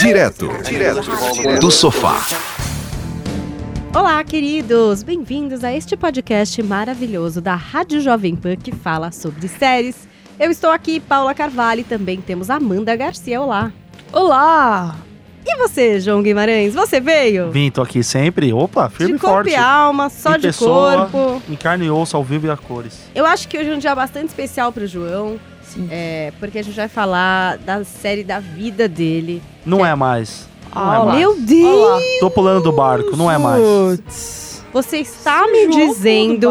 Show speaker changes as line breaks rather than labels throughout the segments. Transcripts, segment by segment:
Direto, direto do sofá.
Olá, queridos! Bem-vindos a este podcast maravilhoso da Rádio Jovem Pan que fala sobre séries. Eu estou aqui, Paula Carvalho, e também temos Amanda Garcia. Olá!
Olá!
E você, João Guimarães? Você veio?
Vim, tô aqui sempre. Opa, firme
de
e
corpo
forte.
e alma, só
Em
de
pessoa.
corpo.
Em carne e osso, ao vivo e a cores.
Eu acho que hoje é um dia bastante especial pro João,
Sim.
é, porque a gente vai falar da série da vida dele.
Não é mais. Não é
Olá.
mais.
Meu Deus!
Olá.
Tô pulando do barco, não é mais.
Putz.
Você está tá me dizendo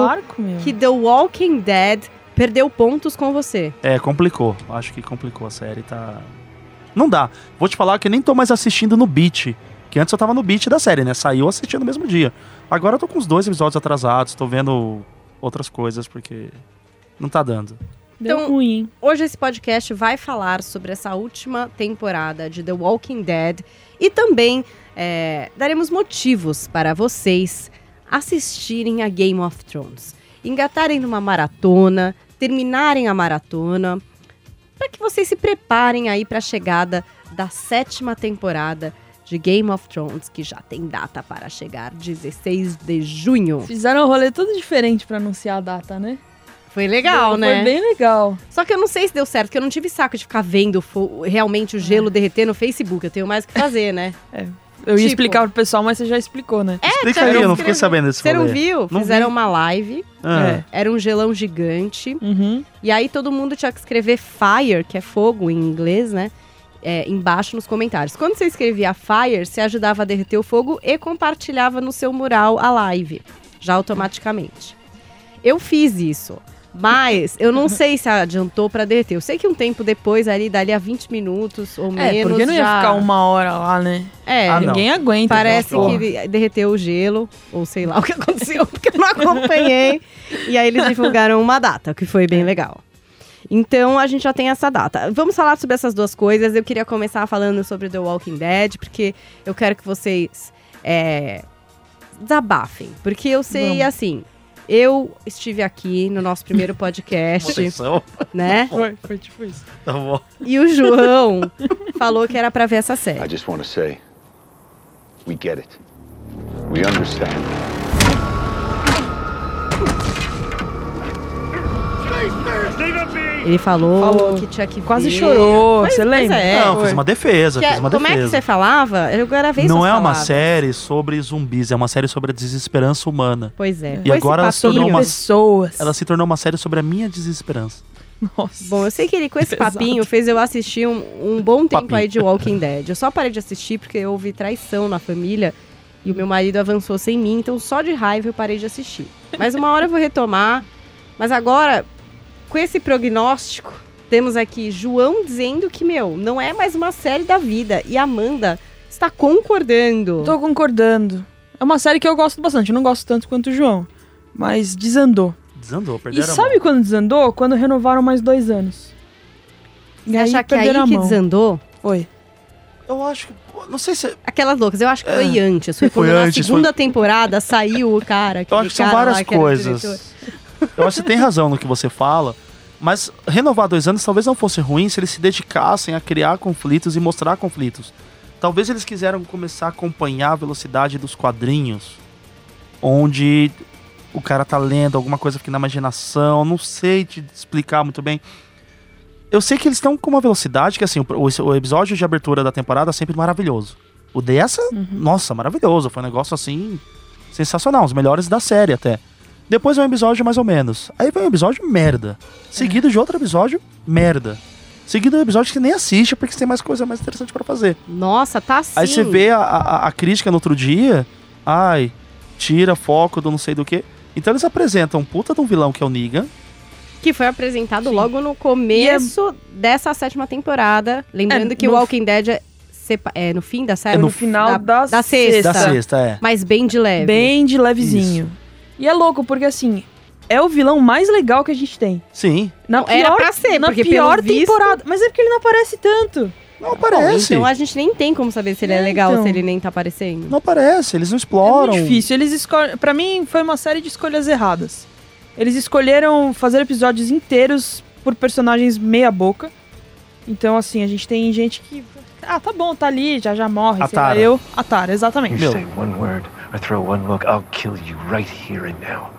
que The Walking Dead perdeu pontos com você.
É, complicou. Acho que complicou a série, tá. Não dá. Vou te falar que nem tô mais assistindo no beat. Que antes eu tava no beat da série, né? Saiu assistindo no mesmo dia. Agora eu tô com os dois episódios atrasados, tô vendo outras coisas, porque. Não tá dando.
Deu
Então-
ruim, hein?
Hoje esse podcast vai falar sobre essa última temporada de The Walking Dead e também é, daremos motivos para vocês assistirem a Game of Thrones, engatarem numa maratona, terminarem a maratona, para que vocês se preparem aí para a chegada da sétima temporada de Game of Thrones, que já tem data para chegar 16 de junho.
Fizeram um rolê todo diferente pra anunciar a data, né?
Foi legal,
Foi
né?
bem legal.
Só que eu não sei se deu certo, porque eu não tive saco de ficar vendo fo- realmente o
É.
gelo derreter no Facebook. Eu tenho mais o que fazer, né?
Eu ia
Tipo-
explicar pro pessoal, mas você já explicou, né?
Explica
tá,
aí,
eu
eu não
escrevi.
fiquei sabendo desse
Você não
rolê.
viu?
Não
Fizeram
vi.
uma live,
Ah,
É.
era um gelão gigante.
Uhum.
E aí todo mundo tinha que escrever fire, que é fogo em inglês, né? É, embaixo nos comentários. Quando você escrevia fire, você ajudava a derreter o fogo e compartilhava no seu mural a live, já automaticamente. Eu fiz isso, mas eu não sei se adiantou pra derreter. Eu sei que um tempo depois, ali, dali a 20 minutos ou menos.
É, porque não ia
já-
ficar uma hora lá, né?
É,
Ah, não.
Ninguém aguenta.
Parece
aquela porra.
que derreteu o gelo, ou sei lá o que aconteceu, porque eu não acompanhei. e aí eles divulgaram uma data, que foi
É.
bem legal. Então a gente já tem essa data. Vamos falar sobre essas duas coisas. Eu queria começar falando sobre The Walking Dead, porque eu quero que vocês é, desabafem. Porque eu sei,
Vamos.
assim, eu estive aqui no nosso primeiro podcast,
Atenção.
né?
Foi, foi tipo isso.
então, Tá bom.
E o João falou que era pra ver essa série.
I just want to say, we get it. We understand.
Ele falou,
Falou.
que tinha que
Quase
ver.
chorou,
Mas-
você
mas
lembra?
é.
não,
foi.
fiz uma defesa,
Que é-
fiz uma
como é que
defesa.
você falava? Eu gravei
Não
suas
é uma
palavras.
série sobre zumbis, é uma série sobre a desesperança humana.
Pois é.
E
com esse
agora ela se
papinho-
tornou uma-
Pessoas.
Ela se tornou uma série sobre a minha desesperança.
Nossa.
Bom, eu sei que ele com esse
Pesado.
papinho fez eu assistir um, um bom tempo
Papinho.
aí de Walking Dead. Eu só parei de assistir porque houve traição na família e o meu marido avançou sem mim, então só de raiva eu parei de assistir. Mas uma hora eu vou retomar. Mas agora, com esse prognóstico, temos aqui João dizendo que, meu, não é mais uma série da vida. E Amanda está concordando.
Tô concordando. É uma série que eu gosto bastante. Eu não gosto tanto quanto o João. Mas desandou.
Desandou,
E
perderam a
sabe
mão.
quando desandou? Quando renovaram mais dois anos. E
Você acha que é aí
perderam a
que
mão.
desandou?
Foi.
Eu acho que... Não sei se... é-
Aquelas loucas, eu acho que foi antes. Foi quando
Foi
na
antes,
segunda temporada saiu o cara. aquele
Eu Então, acho que são
cara lá,
várias
que era o diretor.
coisas. Eu acho que você tem razão no que você fala. Mas renovar dois anos talvez não fosse ruim se eles se dedicassem a criar conflitos e mostrar conflitos. Talvez eles quiseram começar a acompanhar a velocidade dos quadrinhos. Onde o cara tá lendo alguma coisa fica na imaginação. Não sei te explicar muito bem. Eu sei que eles estão com uma velocidade que, assim, o, o episódio de abertura da temporada é sempre maravilhoso. O dessa,
Uhum.
nossa, maravilhoso. Foi um negócio assim. Sensacional, os melhores da série até. Depois vem um episódio mais ou menos. Aí vem um episódio merda. Seguido de outro episódio merda. Seguido de um episódio que nem assiste porque você tem mais coisa mais interessante pra fazer.
Nossa, tá assim.
Aí você vê a, a- a crítica no outro dia, ai, tira foco do não sei do que. Então eles apresentam um puta de um vilão que é o Negan.
Que foi apresentado
Sim.
logo
é
no começo dessa sétima temporada. Lembrando
É,
que o
no-
Walking Dead é, sepa- é no fim da série.
É
no
no
final
da-
da,
da sexta.
Da sexta, é.
Mas bem de leve.
Bem de levezinho. E é louco, porque assim, é o vilão mais legal que a gente tem.
Sim.
Na
Não, era pra ser,
na
porque pelo
pior
visto-
temporada. Mas é porque ele não aparece tanto.
Não
Bom,
aparece.
Então a gente nem tem como saber se ele é
É,
legal ou
então.
se ele nem tá aparecendo.
Não aparece, eles não
É
exploram.
muito difícil. Eles escolhem. Pra mim, foi uma série de escolhas erradas. Eles escolheram fazer episódios inteiros por personagens meia boca. Então, assim, a gente tem gente que. Ah, tá bom, tá ali, já já morre. sei lá,
Atara.
Eu, Atara, exatamente.
You
Meu.
say one word or throw one look, I'll kill you right here and now.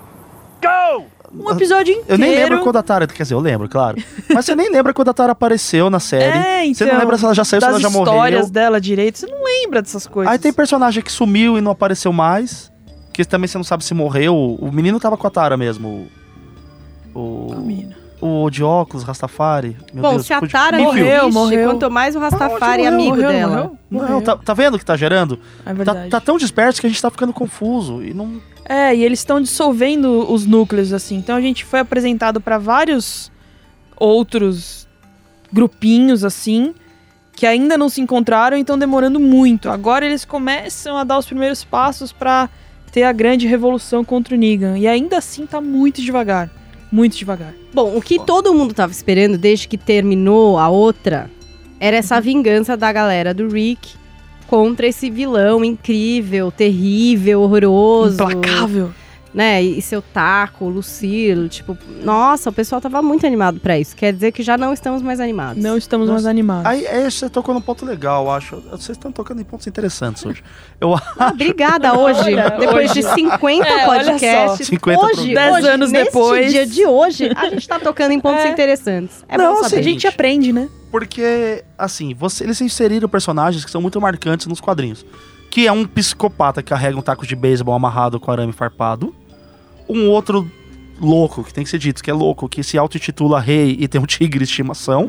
Um episódio inteiro.
Eu nem lembro quando a Tara. Quer dizer, eu lembro, claro. Mas você nem lembra quando a Tara apareceu na série.
É, então.
Você não lembra se ela já saiu, se
das
ela já
histórias
morreu.
dela direito, você não lembra dessas coisas.
Aí tem personagem que sumiu e não apareceu mais. Que também você não sabe se morreu. O menino tava com a Tara mesmo. O. O,
Mina.
o de óculos, Rastafari. Meu
Bom,
Deus,
se a
pude-
Tara
Me
não
viu. Tá
morreu,
existe,
morreu.
quanto mais o Rastafari é
Morreu,
amigo
morreu,
dela.
morreu,
Não,
morreu.
tá, tá vendo o que tá gerando?
É
Tá,
verdade.
tá tão disperso que a gente tá ficando confuso. E não.
É, e eles estão dissolvendo os núcleos, assim. Então a gente foi apresentado pra vários outros grupinhos, assim, que ainda não se encontraram e estão demorando muito. Agora eles começam a dar os primeiros passos pra ter a grande revolução contra o Negan. E ainda assim tá muito devagar. Muito devagar.
Bom, o que todo mundo tava esperando desde que terminou a outra era
Uhum.
essa vingança da galera do Rick contra esse vilão incrível, terrível, horroroso.
Implacável.
Né? E seu taco, o Lucilo, tipo, nossa, o pessoal tava muito animado pra isso. Quer dizer que já não estamos mais animados.
Não estamos
Nossa.
mais animados.
Aí, aí você tocou num ponto legal, eu acho. Vocês estão tocando em pontos interessantes hoje. Eu
Ah, obrigada hoje.
Olha,
depois
hoje.
de 50
É, olha
podcasts.
50
hoje,
programas.
hoje,
10 anos
neste
depois.
dia de hoje, a gente tá tocando em pontos
É.
interessantes. É
Não,
bom
assim,
saber.
a gente
gente.
aprende, né?
Porque, assim, você, eles inseriram personagens que são muito marcantes nos quadrinhos. Que é um psicopata que carrega um taco de beisebol amarrado com arame farpado. Um outro louco, que tem que ser dito, que é louco, que se autotitula rei e tem um tigre de estimação.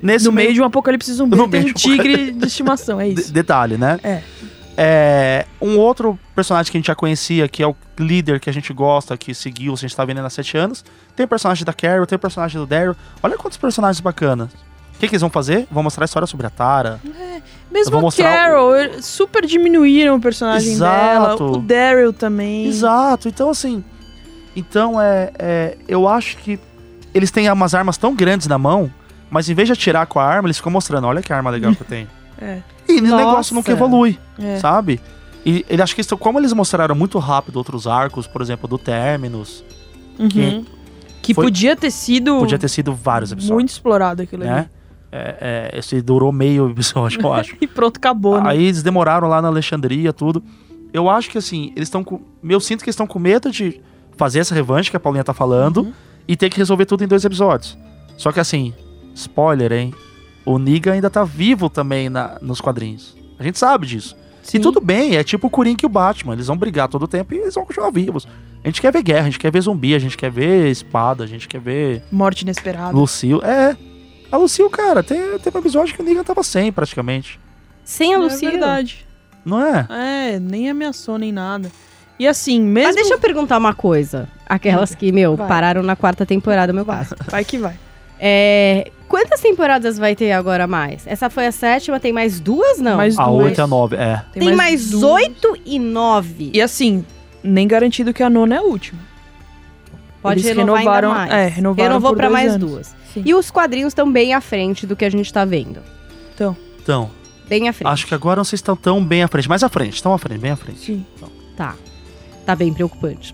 Nesse
No meio de um apocalipse zumbi
Uhum. No
tem
meio
um
de um apocalipse-
tigre de estimação, é
de-
isso.
detalhe, né?
É.
É, um outro personagem que a gente já conhecia, que é o líder que a gente gosta, que seguiu, a gente tá vendo há sete anos. Tem o personagem da Carol, tem o personagem do Daryl. Olha quantos personagens bacanas. O que, que eles vão fazer? Vão mostrar a história sobre a Tara. Eu
Mesmo
vou
a
mostrar
Carol, eles super diminuíram o personagem
Exato.
dela, o Daryl também.
Exato. Então, assim. Então, é, é, Eu acho que eles têm umas armas tão grandes na mão, mas em vez de atirar com a arma, eles ficam mostrando: olha que arma legal que eu tenho.
É.
E o
Nossa.
negócio nunca evolui,
É.
sabe? E ele acho que isso, como eles mostraram muito rápido outros arcos, por exemplo, do Terminus,
Uhum.
Que-
Que,
foi-
podia ter sido
podia ter sido vários episódios.
muito explorado aquilo ali.
né? É, é, esse durou meio episódio, eu acho.
E pronto, acabou, né?
Aí eles demoraram lá na Alexandria, tudo. Eu acho que assim, eles estão com. Eu sinto que eles estão com medo de fazer essa revanche que a Paulinha tá falando
Uhum.
e ter que resolver tudo em dois episódios. Só que assim, spoiler, hein? O Negan ainda tá vivo também na, nos quadrinhos. A gente sabe disso.
Sim.
E tudo bem, é tipo o Coringa e o Batman. Eles vão brigar todo o tempo e eles vão continuar vivos. A gente quer ver guerra, a gente quer ver zumbi, a gente quer ver espada, a gente quer ver
Morte inesperada.
Lucille, é. A Lucille, cara, tem, teve um episódio que o Negan tava sem, praticamente.
Sem a
É
Lucila.
verdade.
Não é?
É, nem ameaçou, nem nada. E assim, mesmo...
Mas deixa eu perguntar uma coisa. Aquelas que, meu,
Vai.
pararam na quarta temporada, meu caso.
Vai que vai.
É, quantas temporadas vai ter agora mais? Essa foi a sétima, tem mais duas, não?
Mais
A
duas.
8 e a 9, é.
Tem, mais,
duas.
oito e nove.
E assim, nem garantido que a nona é a última.
Pode
eles
renovar
renovaram-
ainda mais.
é, renovaram
Renovou
por
pra
dois
mais
anos.
duas.
Sim.
E os quadrinhos estão bem à frente do que a gente tá vendo.
Então,
Bem à frente.
acho que agora vocês estão tão bem à frente. Mais à frente, estão à frente, bem à frente.
Sim.
Tá. Tá bem preocupante.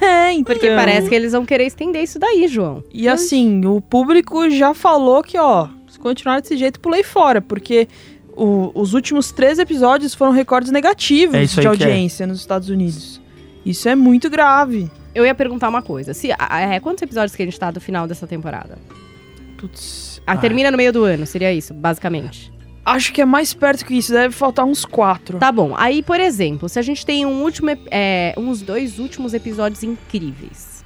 É, então.
Porque parece que eles vão querer estender isso daí, João.
E assim, o público já falou que, ó, se continuar desse jeito, pulei fora, porque o- os últimos três episódios foram recordes negativos
É isso aí
de
que
audiência nos Estados Unidos. Isso é muito grave.
Eu ia perguntar uma coisa. Se, a- a- é, quantos episódios que a gente tá do final dessa temporada?
Putz.
Ah, termina no meio do ano, seria isso, basicamente.
Acho que é mais perto que isso, deve faltar uns quatro.
Tá bom. Aí, por exemplo, se a gente tem um último, ep- é, uns dois últimos episódios incríveis.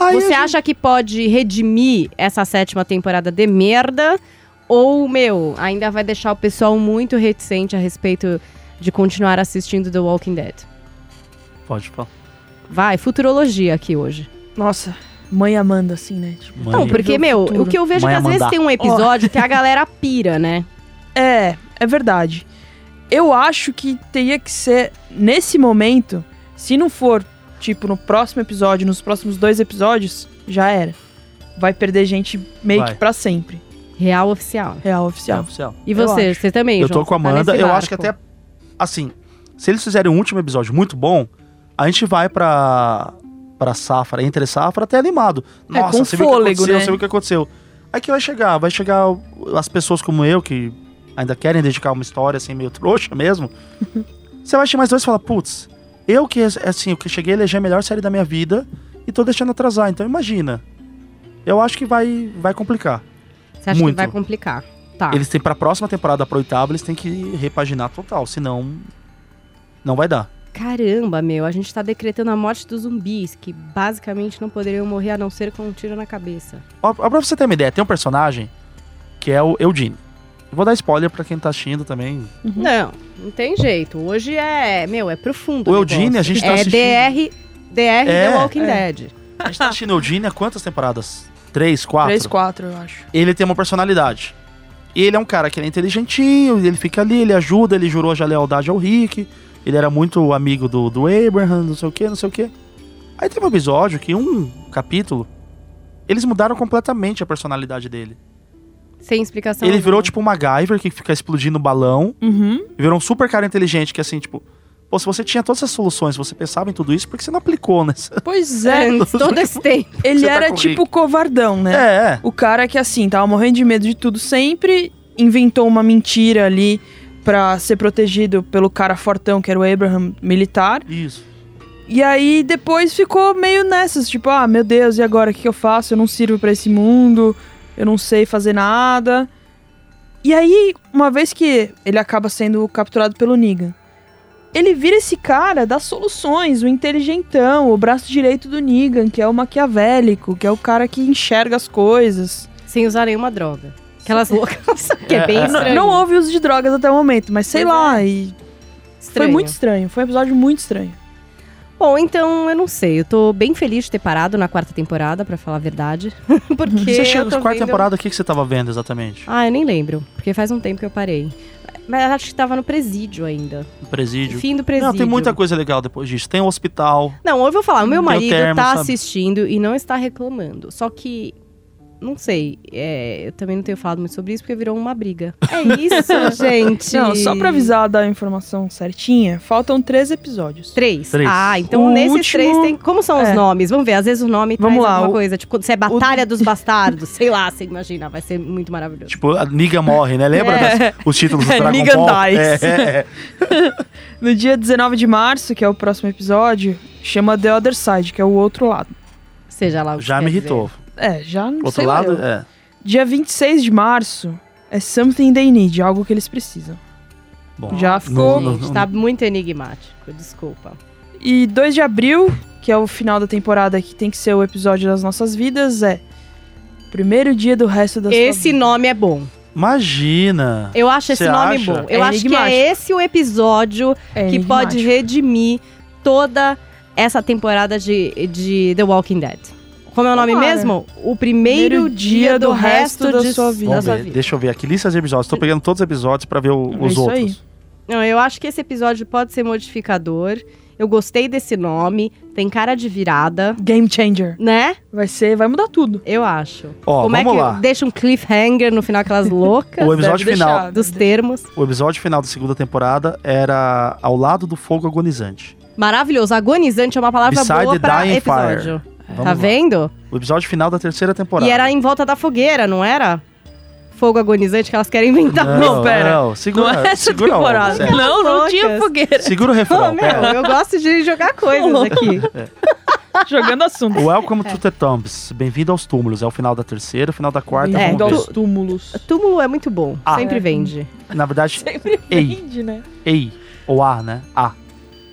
Aí
você acha que pode redimir essa sétima temporada de merda? Ou, meu, ainda vai deixar o pessoal muito reticente a respeito de continuar assistindo The Walking Dead?
Pode falar.
Vai, futurologia aqui hoje.
Nossa, mãe Amanda, assim, né? Tipo,
Mãe.
Não, porque, meu,
futuro.
o que eu vejo é que
Mãe
às vezes
Amanda.
tem um episódio que a galera pira, né?
É, é verdade. Eu acho que teria que ser nesse momento, se não for tipo no próximo episódio, nos próximos dois episódios, já era. Vai perder gente meio
Vai.
que pra sempre.
Real oficial.
Real
Tchau,
oficial.
oficial.
E
Eu
você,
acho.
você também,
Eu
João,
tô com a
você tá
Amanda,
nesse
eu acho que
barco.
até. Assim, se eles fizerem um último episódio muito bom, a gente vai pra. pra safra, entre safra, até animado.
É,
Nossa,
com
você
fôlego,
viu o que aconteceu,
né?
você viu o que aconteceu. Aí que vai chegar, vai chegar o- as pessoas como eu, que ainda querem dedicar uma história assim, meio trouxa mesmo, você vai assistir mais dois e fala, putz, eu que, assim, eu que cheguei a eleger a melhor série da minha vida e tô deixando atrasar, então imagina. Eu acho que vai, vai complicar.
Você acha
Muito.
que vai complicar? Tá.
Eles têm pra próxima temporada, pra oitava, eles têm que repaginar total, senão não vai dar.
Caramba, meu, a gente tá decretando a morte dos zumbis, que basicamente não poderiam morrer a não ser com um tiro na cabeça.
Ó, ó, pra você ter uma ideia, tem um personagem que é o Eugene. Eu Vou dar spoiler pra quem tá assistindo também.
Hum.
Não, não tem jeito. Hoje é, meu, é profundo.
O
o
Eugene, a
negócio.
gente tá
É
assistindo.
DR, DR
É,
The Walking
é.
Dead.
A gente tá assistindo o Eugene há quantas temporadas? Três, quatro?
3, 4, eu acho.
Ele tem uma personalidade. E ele é um cara que ele é inteligentinho, ele fica ali, ele ajuda, ele jurou já lealdade ao Rick. Ele era muito amigo do, do Abraham, não sei o que, não sei o que. Aí teve um episódio que, um capítulo, eles mudaram completamente a personalidade dele.
Sem explicação.
ele virou
alguma.
tipo um MacGyver que fica explodindo balão.
Uhum.
Virou um super cara inteligente que assim, tipo, pô, se você tinha todas as soluções, você pensava em tudo isso, por que você não aplicou nessa?
Pois é,
Antes, todo esse tempo.
ele
Você tá
era
com
tipo covardão, né?
É, é.
O cara que, assim, tava morrendo de medo de tudo sempre, inventou uma mentira ali pra ser protegido pelo cara fortão, que era o Abraham, militar.
Isso.
E aí depois ficou meio nessas, tipo, ah, meu Deus, e agora? O que, que eu faço? Eu não sirvo pra esse mundo, eu não sei fazer nada. E aí, uma vez que ele acaba sendo capturado pelo Negan, ele vira esse cara das soluções, o inteligentão, o braço direito do Negan, que é o maquiavélico, que é o cara que enxerga as coisas.
Sem usar nenhuma droga. Aquelas loucas, que é bem
É, é.
estranho.
Não houve uso de drogas até o momento, mas sei
Pois
lá, e foi
Estranho.
muito é. estranho, foi um episódio muito estranho.
Bom, então, eu não sei. Eu tô bem feliz de ter parado na quarta temporada, pra falar a verdade. Porque
você
eu
chega
tô
na quarta
vendo-
temporada, o que, que você tava vendo exatamente?
Ah, eu nem lembro. Porque faz um tempo que eu parei. Mas acho que tava no presídio ainda.
O Um presídio.
Fim do presídio.
Não, tem muita coisa legal depois disso. Tem o hospital.
Não, eu vou falar, o meu
Deu
marido
termo,
tá
sabe?
assistindo e não está reclamando. Só que, não sei, é, eu também não tenho falado muito sobre isso porque virou uma briga. É isso, gente.
Não, só pra avisar da informação certinha, faltam três episódios.
Três.
Três.
Ah, então
O
nesses
último-
três tem. Como são os
É.
nomes? Vamos ver, às vezes o nome
Vamos
traz
lá,
alguma
o-
coisa. Tipo, se é Batalha dos Bastardos, sei lá, você imagina, vai ser muito maravilhoso.
Tipo, a Niga morre, né? Lembra
É.
das- os títulos do
É,
Dragon
Negan
Ball?
dies.
É, é, é.
No dia 19 de março, que é o próximo episódio, chama The Other Side, que é o outro lado.
Seja lá o que
Já
quer
me
dizer.
irritou.
É, já não
Outro
sei lá
lado,
eu.
é.
Dia 26 de março é Something They Need, algo que eles precisam.
Bom,
Já
não-
ficou-
não-
Gente, tá muito enigmático, desculpa.
E 2 de abril, que é o final da temporada, que tem que ser o episódio das nossas vidas, é... Primeiro dia do resto da sua
Esse
vida.
nome é bom.
Imagina.
Eu acho esse
Você
nome
acha?
bom. Eu
É
acho que
enigmático.
é esse o episódio
É
que pode
enigmático.
redimir toda essa temporada de, de The Walking Dead. Como é o nome
Tomara.
mesmo? O primeiro dia do resto da sua vida.
Vamos
Da sua
ver,
vida.
Deixa eu ver aqui, lista de episódios. Tô pegando todos os episódios pra ver o-
É
os
isso
outros.
aí.
Não, eu acho que esse episódio pode ser modificador. Eu gostei desse nome. Tem cara de virada,
Game Changer.
né?
Vai ser... Vai mudar tudo.
Eu acho.
Ó,
Como é
vamos
que
lá.
deixa um cliffhanger no final aquelas loucas né,
O episódio
Deve
final.
deixar. né?
dos termos?
O episódio final da segunda temporada era Ao Lado do Fogo Agonizante.
Maravilhoso. Agonizante é uma palavra
Beside
boa
the
pra
dying
episódio.
É.
Vamos
Tá
lá.
vendo?
O episódio final da terceira temporada.
E era em volta da fogueira, não era? Fogo agonizante que elas querem inventar.
Não,
Não, pera.
Não, segura,
não é essa
segura a onda,
temporada.
sério.
não, não
Loucas.
tinha fogueira.
Segura o
Pô,
refrão,
meu,
pera.
eu gosto de jogar coisas aqui.
Jogando assunto.
Welcome to the Tombs. Bem-vindo aos túmulos. É o final da terceira, o final da quarta.
É,
Bem-vindo
vamos
aos túmulos.
Túmulo é muito bom,
Ah.
sempre
É.
vende.
ver. Na verdade,
Sempre
Ei.
vende, né?
ei, ou A, né? A,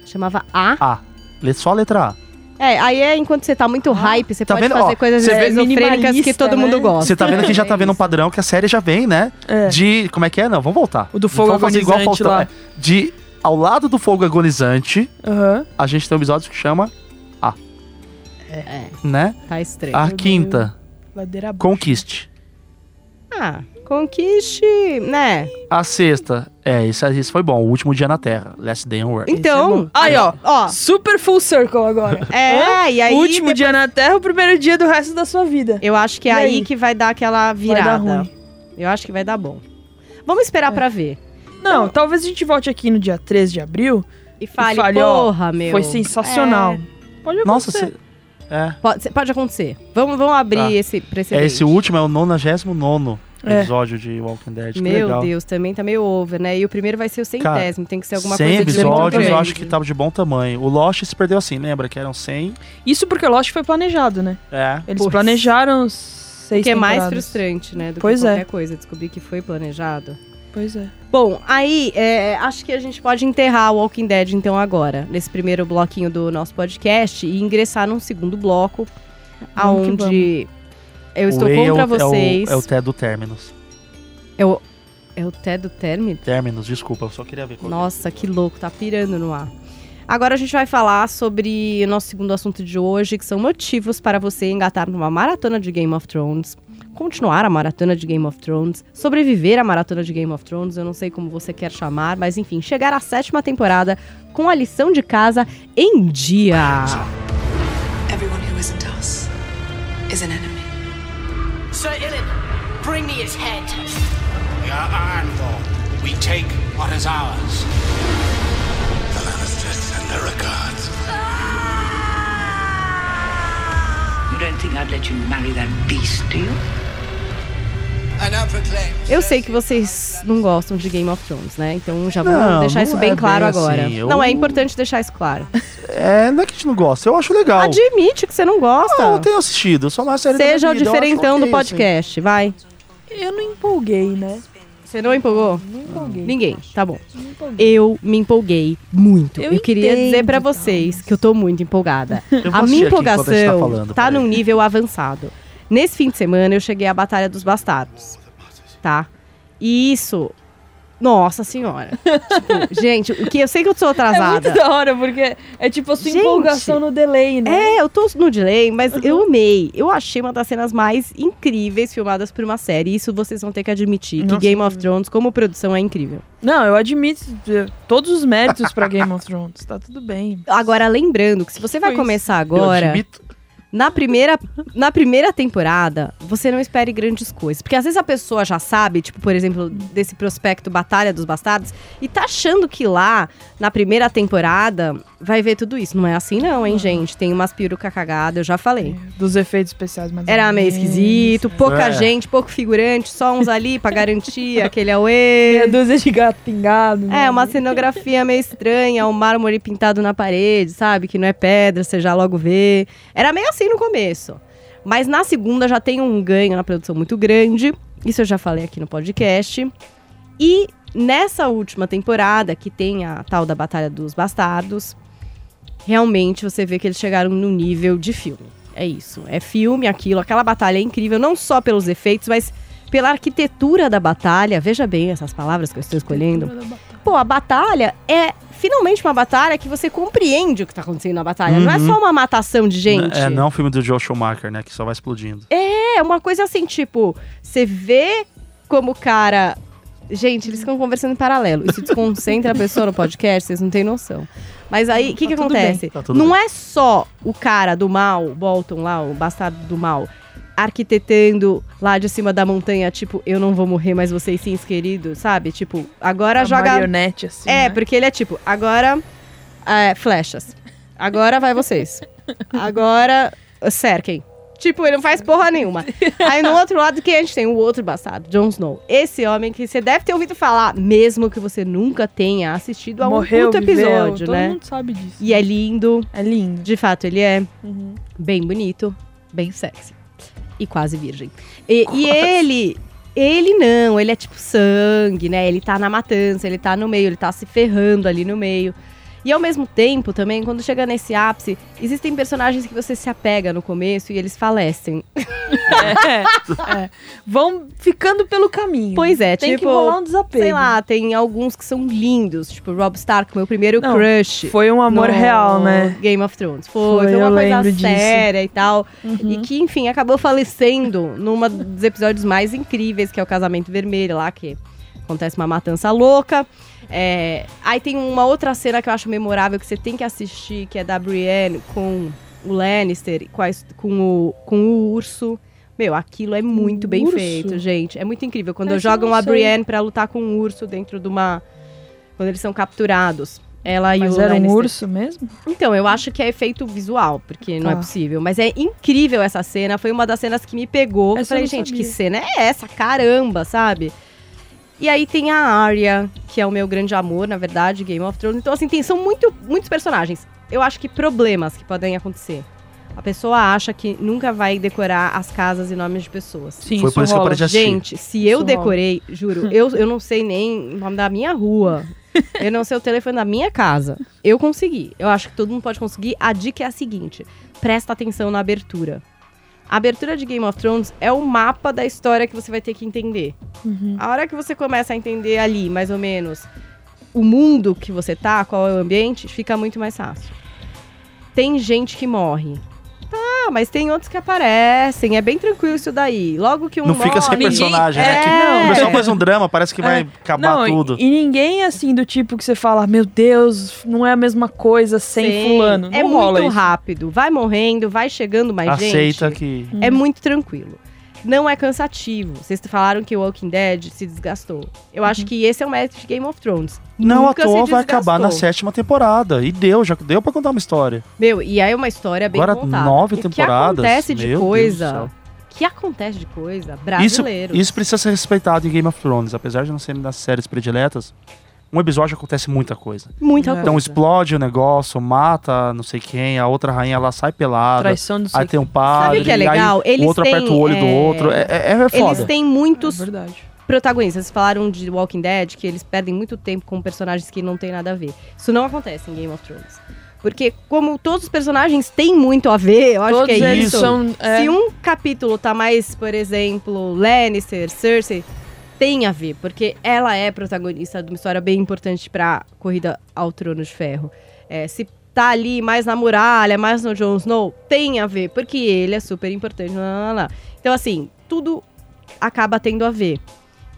Chamava A.
A. Lê Só a letra A.
É, aí é enquanto você tá muito hype, você
Tá
pode
vendo?
fazer
Ó,
coisas
você vê-
esquizofrênicas que
Minimalista,
todo mundo
né?
gosta.
Você tá vendo que já tá vendo um padrão que a série já vem, né?
É.
De. Como é que é? Não, vamos voltar.
O do fogo
Vamos fazer igual
agonizante
Faustão,
lá.
é. De Ao Lado do Fogo Agonizante,
Aham.
a gente tem um episódio que chama A.
É,
Né?
tá estranho.
A quinta,
Ladeira abaixo.
Conquiste.
Ah, conquiste, né?
A sexta. É, isso, isso foi bom. O último dia na Terra. Last Day on Earth.
Então,
Aí, ó.
ó,
Super full circle agora.
é, e aí...
o último dia na Terra, o primeiro dia do resto da sua vida.
Eu acho que é
E
aí
aí?
que vai dar aquela
Vai
virada.
dar ruim.
Eu acho que vai dar bom. Vamos esperar
É.
pra ver.
Não, talvez a gente volte aqui no dia 13 de abril.
E fale,
fale, ó,
porra, Ah, meu.
Foi sensacional. Pode
Nossa,
acontecer.
cê, é.
Pode, cê- pode acontecer. Vamos, vamos abrir
Tá.
esse, pra esse
é
date.
esse último, é o 99.
É.
episódio de Walking Dead. Que
Meu
legal.
Deus, também tá meio over, né? E o primeiro vai ser o centésimo, tem que ser alguma
100
coisa de muito
episódios, eu
grande.
acho que tá tava de bom tamanho. O Lost se perdeu assim, lembra? Que eram 100.
Isso porque o Lost foi planejado, né?
É.
Eles
Pois.
planejaram seis
O que é mais
temporadas.
frustrante, né? Do
Pois
que
é.
qualquer coisa, descobrir que foi planejado.
Pois é.
Bom, aí é, acho que a gente pode enterrar o Walking Dead então agora, nesse primeiro bloquinho do nosso podcast e ingressar num segundo bloco,
Vamos que
aonde eu estou
o Way
contra
é o,
vocês.
É o, é o Té do Terminus.
É o Ted do Termit?
Terminus, desculpa, eu só queria ver. qual que é.
Nossa, que louco, tá pirando no ar. Agora a gente vai falar sobre o nosso segundo assunto de hoje, que são motivos para você engatar numa maratona de Game of Thrones, continuar a maratona de Game of Thrones, sobreviver à maratona de Game of Thrones, eu não sei como você quer chamar, mas enfim, chegar à sétima temporada com a lição de casa em dia.
Everyone who isn't us is an enemy.
Sir Ilin, bring me his head.
We are Ironborn. We take what is ours. The Lannisters and their regards.
You don't think I'd let you marry that beast, do you?
I now proclaim.
Eu sei que vocês não gostam de Game of Thrones, né? Então já vou
Não,
deixar
não
isso
é
bem claro
bem
agora.
assim, eu-
Não, é importante deixar isso claro.
É, não é que a gente não gosta, eu acho legal.
Ah, Admite que você não gosta.
Não, eu tenho assistido, só não é série da
Seja o
minha é vida, eu acho
diferentão do
ok,
podcast, vai.
Eu não empolguei, né?
Você não empolgou?
Não empolguei.
Ninguém, tá bom.
Não empolguei.
Eu me empolguei muito. Eu,
Eu
queria
entendo, tá,
dizer pra
Carlos.
vocês que eu tô muito empolgada.
assim. Eu vou
a minha
assistir aqui enquanto a gente
empolgação
falando,
tá
peraí.
num nível avançado. Nesse fim de semana eu cheguei à Batalha dos Bastardos, tá? E isso, nossa senhora. Tipo, gente, o que eu sei que eu sou
É
atrasada.
muito da hora, porque é tipo a sua
Tá Gente.
empolgação no delay, né?
É, eu tô no delay, mas eu amei. Eu achei uma das cenas mais incríveis filmadas por uma série. Isso vocês vão ter que admitir.
Nossa,
que Game of Thrones, como produção, é incrível.
Não, eu admito eh, todos os méritos pra Game of Thrones. Tá tudo bem.
Agora, lembrando que se você vai
foi isso?
começar
Eu
agora,
admito. né,
na primeira, na primeira temporada, você não espere grandes coisas. Porque às vezes a pessoa já sabe, tipo, por exemplo, desse prospecto Batalha dos Bastardos, e tá achando que lá, na primeira temporada, vai ver tudo isso. Não é assim, não, hein, gente? Tem umas peruca cagada, eu já falei.
Dos efeitos especiais, mas. é
Era meio esquisito, pouca
É.
gente, pouco figurante, só uns ali pra garantir aquele
Meia
auê.
dúzia de gato pingado. né?
É, uma cenografia meio estranha, um mármore pintado na parede, sabe? Que não é pedra, você já logo vê. Era meio assim no começo. Mas na segunda já tem um ganho na produção muito grande. Isso eu já falei aqui no podcast. E nessa última temporada, que tem a tal da Batalha dos Bastardos, realmente você vê que eles chegaram no nível de filme. É isso. É filme, aquilo. Aquela batalha é incrível, não só pelos efeitos, mas pela arquitetura da batalha. Veja bem essas palavras que eu estou escolhendo. Pô, a batalha é finalmente uma batalha que você compreende o que está acontecendo na batalha. Não é
Uhum.
só uma matação de gente.
É, não é um filme do Joe Schumacher, né? Que só vai explodindo.
É uma coisa assim, tipo, você vê como o cara. Gente, eles ficam conversando em paralelo. Isso desconcentra a pessoa no podcast, vocês não têm noção. Mas aí, o que,
Tá
que
tudo
acontece?
Tá tudo
não
bem.
é só o cara do mal, o Bolton lá, o bastardo do mal, arquitetando lá de cima da montanha, tipo, eu não vou morrer, mas vocês sim, queridos, sabe? Tipo, agora
Uma
joga.
marionete, assim.
É,
né?
porque ele é tipo, agora é, flechas. Agora vai vocês. Agora cerquem. Tipo, ele não faz porra nenhuma. Aí no outro lado que a gente tem o outro bastardo, Jon Snow. Esse homem que você deve ter ouvido falar, mesmo que você nunca tenha assistido a um
Morreu,
puto
viveu,
episódio,
todo
né?
mundo sabe disso.
E é lindo,
É lindo.
de fato ele é
Uhum.
bem bonito, bem sexy. E quase virgem. E, e ele. Ele não, ele é tipo sangue, né? Ele tá na matança, ele tá no meio, ele tá se ferrando ali no meio. E ao mesmo tempo também, quando chega nesse ápice, existem personagens que você se apega no começo e eles falecem.
É, é. Vão ficando pelo caminho.
Pois é,
Tem
tipo.
que rolar um desapego.
Sei lá, tem alguns que são lindos, tipo Rob Stark, meu primeiro
Não,
crush.
Foi um amor
no
real, né?
Game of Thrones. Foi,
Foi,
foi uma
eu
coisa
lembro disso.
séria e tal.
Uhum.
E que, enfim, acabou falecendo num dos episódios mais incríveis, que é o Casamento Vermelho, lá que acontece uma matança louca. É, aí tem uma outra cena que eu acho memorável que você tem que assistir, que é da Brienne com o Lannister, com, a es- com o, com o urso. Meu, aquilo é muito bem
urso?
feito, gente. É muito incrível. Quando
Essa eu
jogam
não
a
sei.
Brienne pra lutar com um urso dentro de uma. Quando eles são capturados. Ela e
Mas
o
era um
Lannister.
urso mesmo?
Então, eu acho que é efeito visual, porque não é
Tá.
possível. Mas é incrível essa cena. Foi uma das cenas que me pegou.
Essa
eu falei,
eu não
gente,
sabia."
que cena é essa? Caramba, sabe? E aí tem a Arya, que é o meu grande amor, na verdade, Game of Thrones. Então, assim, tem, são muito, muitos personagens. Eu acho que problemas que podem acontecer. A pessoa acha que nunca vai decorar as casas e nomes de pessoas.
Sim,
Foi por isso que eu parei de assistir.
Gente, se eu
Isso rola.
decorei, juro, eu, eu não sei nem o nome da minha rua. Eu não sei o telefone da minha casa. Eu consegui. Eu acho que todo mundo pode conseguir. A dica é a seguinte: presta atenção na abertura. A abertura de Game of Thrones é o mapa da história que você vai ter que entender. A hora que você começa a entender ali, mais ou menos, o mundo que você tá, qual é o ambiente, fica muito mais fácil. Tem gente que morre. Tá, mas tem outros que aparecem. É bem tranquilo isso daí. Logo que um
Não fica sem
morre-
personagem, né? Que
É.
O pessoal faz um drama, parece que vai acabar
não, e-
tudo.
E, ninguém é assim do tipo que você fala, meu Deus, não é a mesma coisa sem
Sim,
fulano. Não
é
rola
muito
isso.
rápido. Vai morrendo, vai chegando mais gente.
Aceita que.
Uhum.
É muito tranquilo. Não é cansativo. Vocês falaram que o Walking Dead se desgastou. Eu
Uhum.
acho que esse é o mérito de Game of Thrones.
Não à
Nunca se
toa vai acabar na
desgastou.
sétima temporada. E deu, já deu pra contar uma história.
Meu, e aí é uma história bem
Agora,
contada.
nove
o
temporadas?
que acontece de
Meu Deus do
coisa...
céu.
que acontece de coisa
Isso,
brasileiro.
isso precisa ser respeitado em Game of Thrones. Apesar de não serem das séries prediletas, um episódio acontece muita coisa.
Muita
Então,
coisa.
Então explode o negócio, mata não sei quem, a outra rainha lá sai pelada.
Traição do
Aí tem um padre,
Sabe o que é
e aí
legal?
o
Eles
outro
têm,
aperta o olho do
é,
outro. É, é, é
Eles
foda.
têm
É
muitos
verdade.
protagonistas. Vocês falaram de Walking Dead, que eles perdem muito tempo com personagens que não tem nada a ver. Isso não acontece em Game of Thrones. Porque, como todos os personagens têm muito a ver, eu acho
Todos
que é
eles
isso.
são. é,
Se um capítulo tá mais, por exemplo, Lannister, Cersei, tem a ver, porque ela é protagonista de uma história bem importante pra corrida ao trono de ferro. É, se tá ali mais na muralha, mais no Jon Snow, tem a ver, porque ele é super importante. lá, lá, lá, lá. Então, assim, tudo acaba tendo a ver.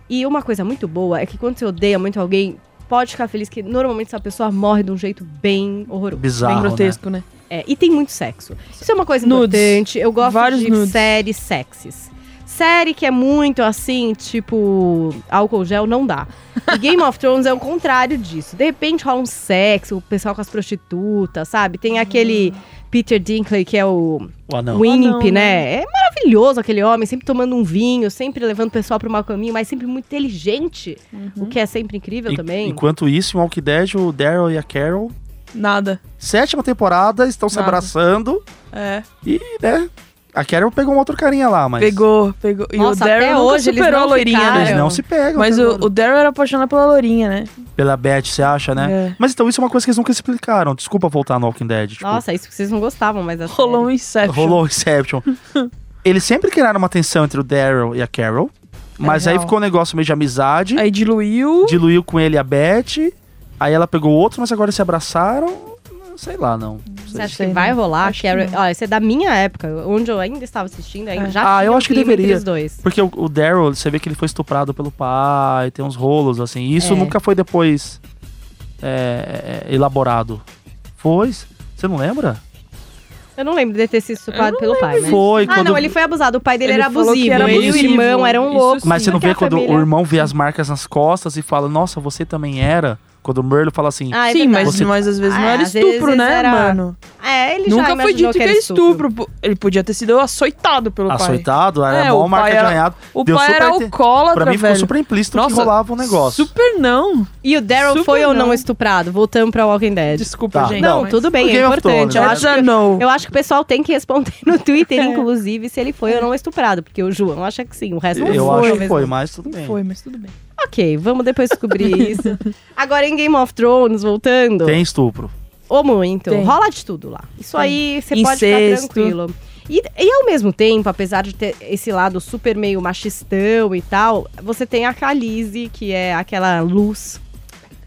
E uma coisa muito boa é que quando você odeia muito alguém, pode ficar feliz que normalmente essa pessoa morre de um jeito bem horroroso.
Bem
Bizarro. né?
grotesco, né?
É, e tem muito sexo. Isso é uma coisa
Nudes.
importante. Eu gosto
Vários
de
nudes.
séries sexys. Série que é muito assim, tipo, álcool gel, não dá. E Game of Thrones é o contrário disso. De repente rola um sexo, o pessoal com as prostitutas, sabe? Tem aquele Peter Dinkley, que é o
O anão.
Uhum. Ah,
Wimp,
não,
né? É maravilhoso aquele homem, sempre tomando um vinho, sempre levando o pessoal para o mau caminho, mas sempre muito inteligente,
Uhum.
o que é sempre incrível
En-
também.
Enquanto isso, em Walking Dead, o Daryl e a Carol,
Nada.
sétima temporada, estão se
Nada.
abraçando
É.
e, né? A Carol pegou um outro carinha lá, mas.
Pegou, pegou. E
Nossa,
o
até
Daryl nunca
hoje eles
superou
não
a loirinha,
ficaram.
Eles
né?
não se pegam.
Mas
pegou.
o, o Daryl era apaixonado pela loirinha, né?
Pela Beth, você acha, né?
É.
Mas então, isso é uma coisa que eles nunca explicaram. Desculpa voltar no Walking Dead. Tipo,
Nossa, é isso que vocês não gostavam assim, é mais da
Rolou
série.
um Inception.
rolou o Inception. eles sempre criaram uma tensão entre o Daryl e a Carol. Mas aí
real.
ficou um negócio meio de amizade.
Aí
uh!
diluiu.
Diluiu com ele a Beth. Aí ela pegou outro, mas agora se abraçaram. Sei lá, não.
Você acha
sei,
que
né?
vai rolar?
Acho que
Carol?
não.
Olha, isso é da minha época, onde eu ainda estava assistindo, ainda
É.
já
Ah,
tinha
eu
um
acho que
clima entre
deveria.
os dois.
Porque o, o Daryl, você vê que ele foi estuprado pelo pai, tem uns rolos, assim. E isso
É.
nunca foi depois é, é, elaborado. Foi? Você não lembra?
Eu não lembro de ter sido estuprado pelo pai, né?
Foi
Ah,
quando.
não, ele foi abusado. O pai dele
Ele
era
falou que
abusivo.
era
Ele e o
abusivo.
irmão eram
Isso
loucos.
sim.
Mas você não
Porque
vê
a
quando
família-
o irmão vê as marcas nas costas e fala, nossa, você também era? Quando o Merlo fala assim.
Ah, é
Sim,
verdade.
mas,
Você-
mas às vezes não
Ah,
era
às vezes
estupro, né,
era-
mano?
É, ele já
Nunca foi
imaginou
dito que
era
era estupro. pô. Ele podia ter sido açoitado pelo pai.
Açoitado, era
É,
mó
o
marca
pai
de
era-
arranhado.
O
Deu
pai
super
era
te-
alcoólatra,
Pra mim
velho.
ficou super implícito
Nossa,
que rolava um negócio.
Super não.
E o Daryl
Super
foi ou não
não.
estuprado? Voltando pra Walking Dead.
Desculpa,
Tá,
gente.
Não,
mas-
tudo bem,
Game
é
of
importante.
Thrones,
Eu
né?
acho,
That's a
que,
no.
eu acho que o pessoal tem que responder no Twitter,
É.
inclusive, se ele foi ou não estuprado. Porque o João acha que sim, o resto não
Eu
foi.
acho que
mesmo.
foi, mas tudo bem.
Foi, mas tudo bem.
Ok, vamos depois descobrir isso. Agora em Game of Thrones, voltando.
Tem estupro.
Ou muito.
Tem.
Rola de tudo lá. Isso aí você pode ficar
Incesto.
tranquilo. E, e ao mesmo tempo, apesar de ter esse lado super meio machistão e tal, você tem a Khaleesi, que é aquela luz,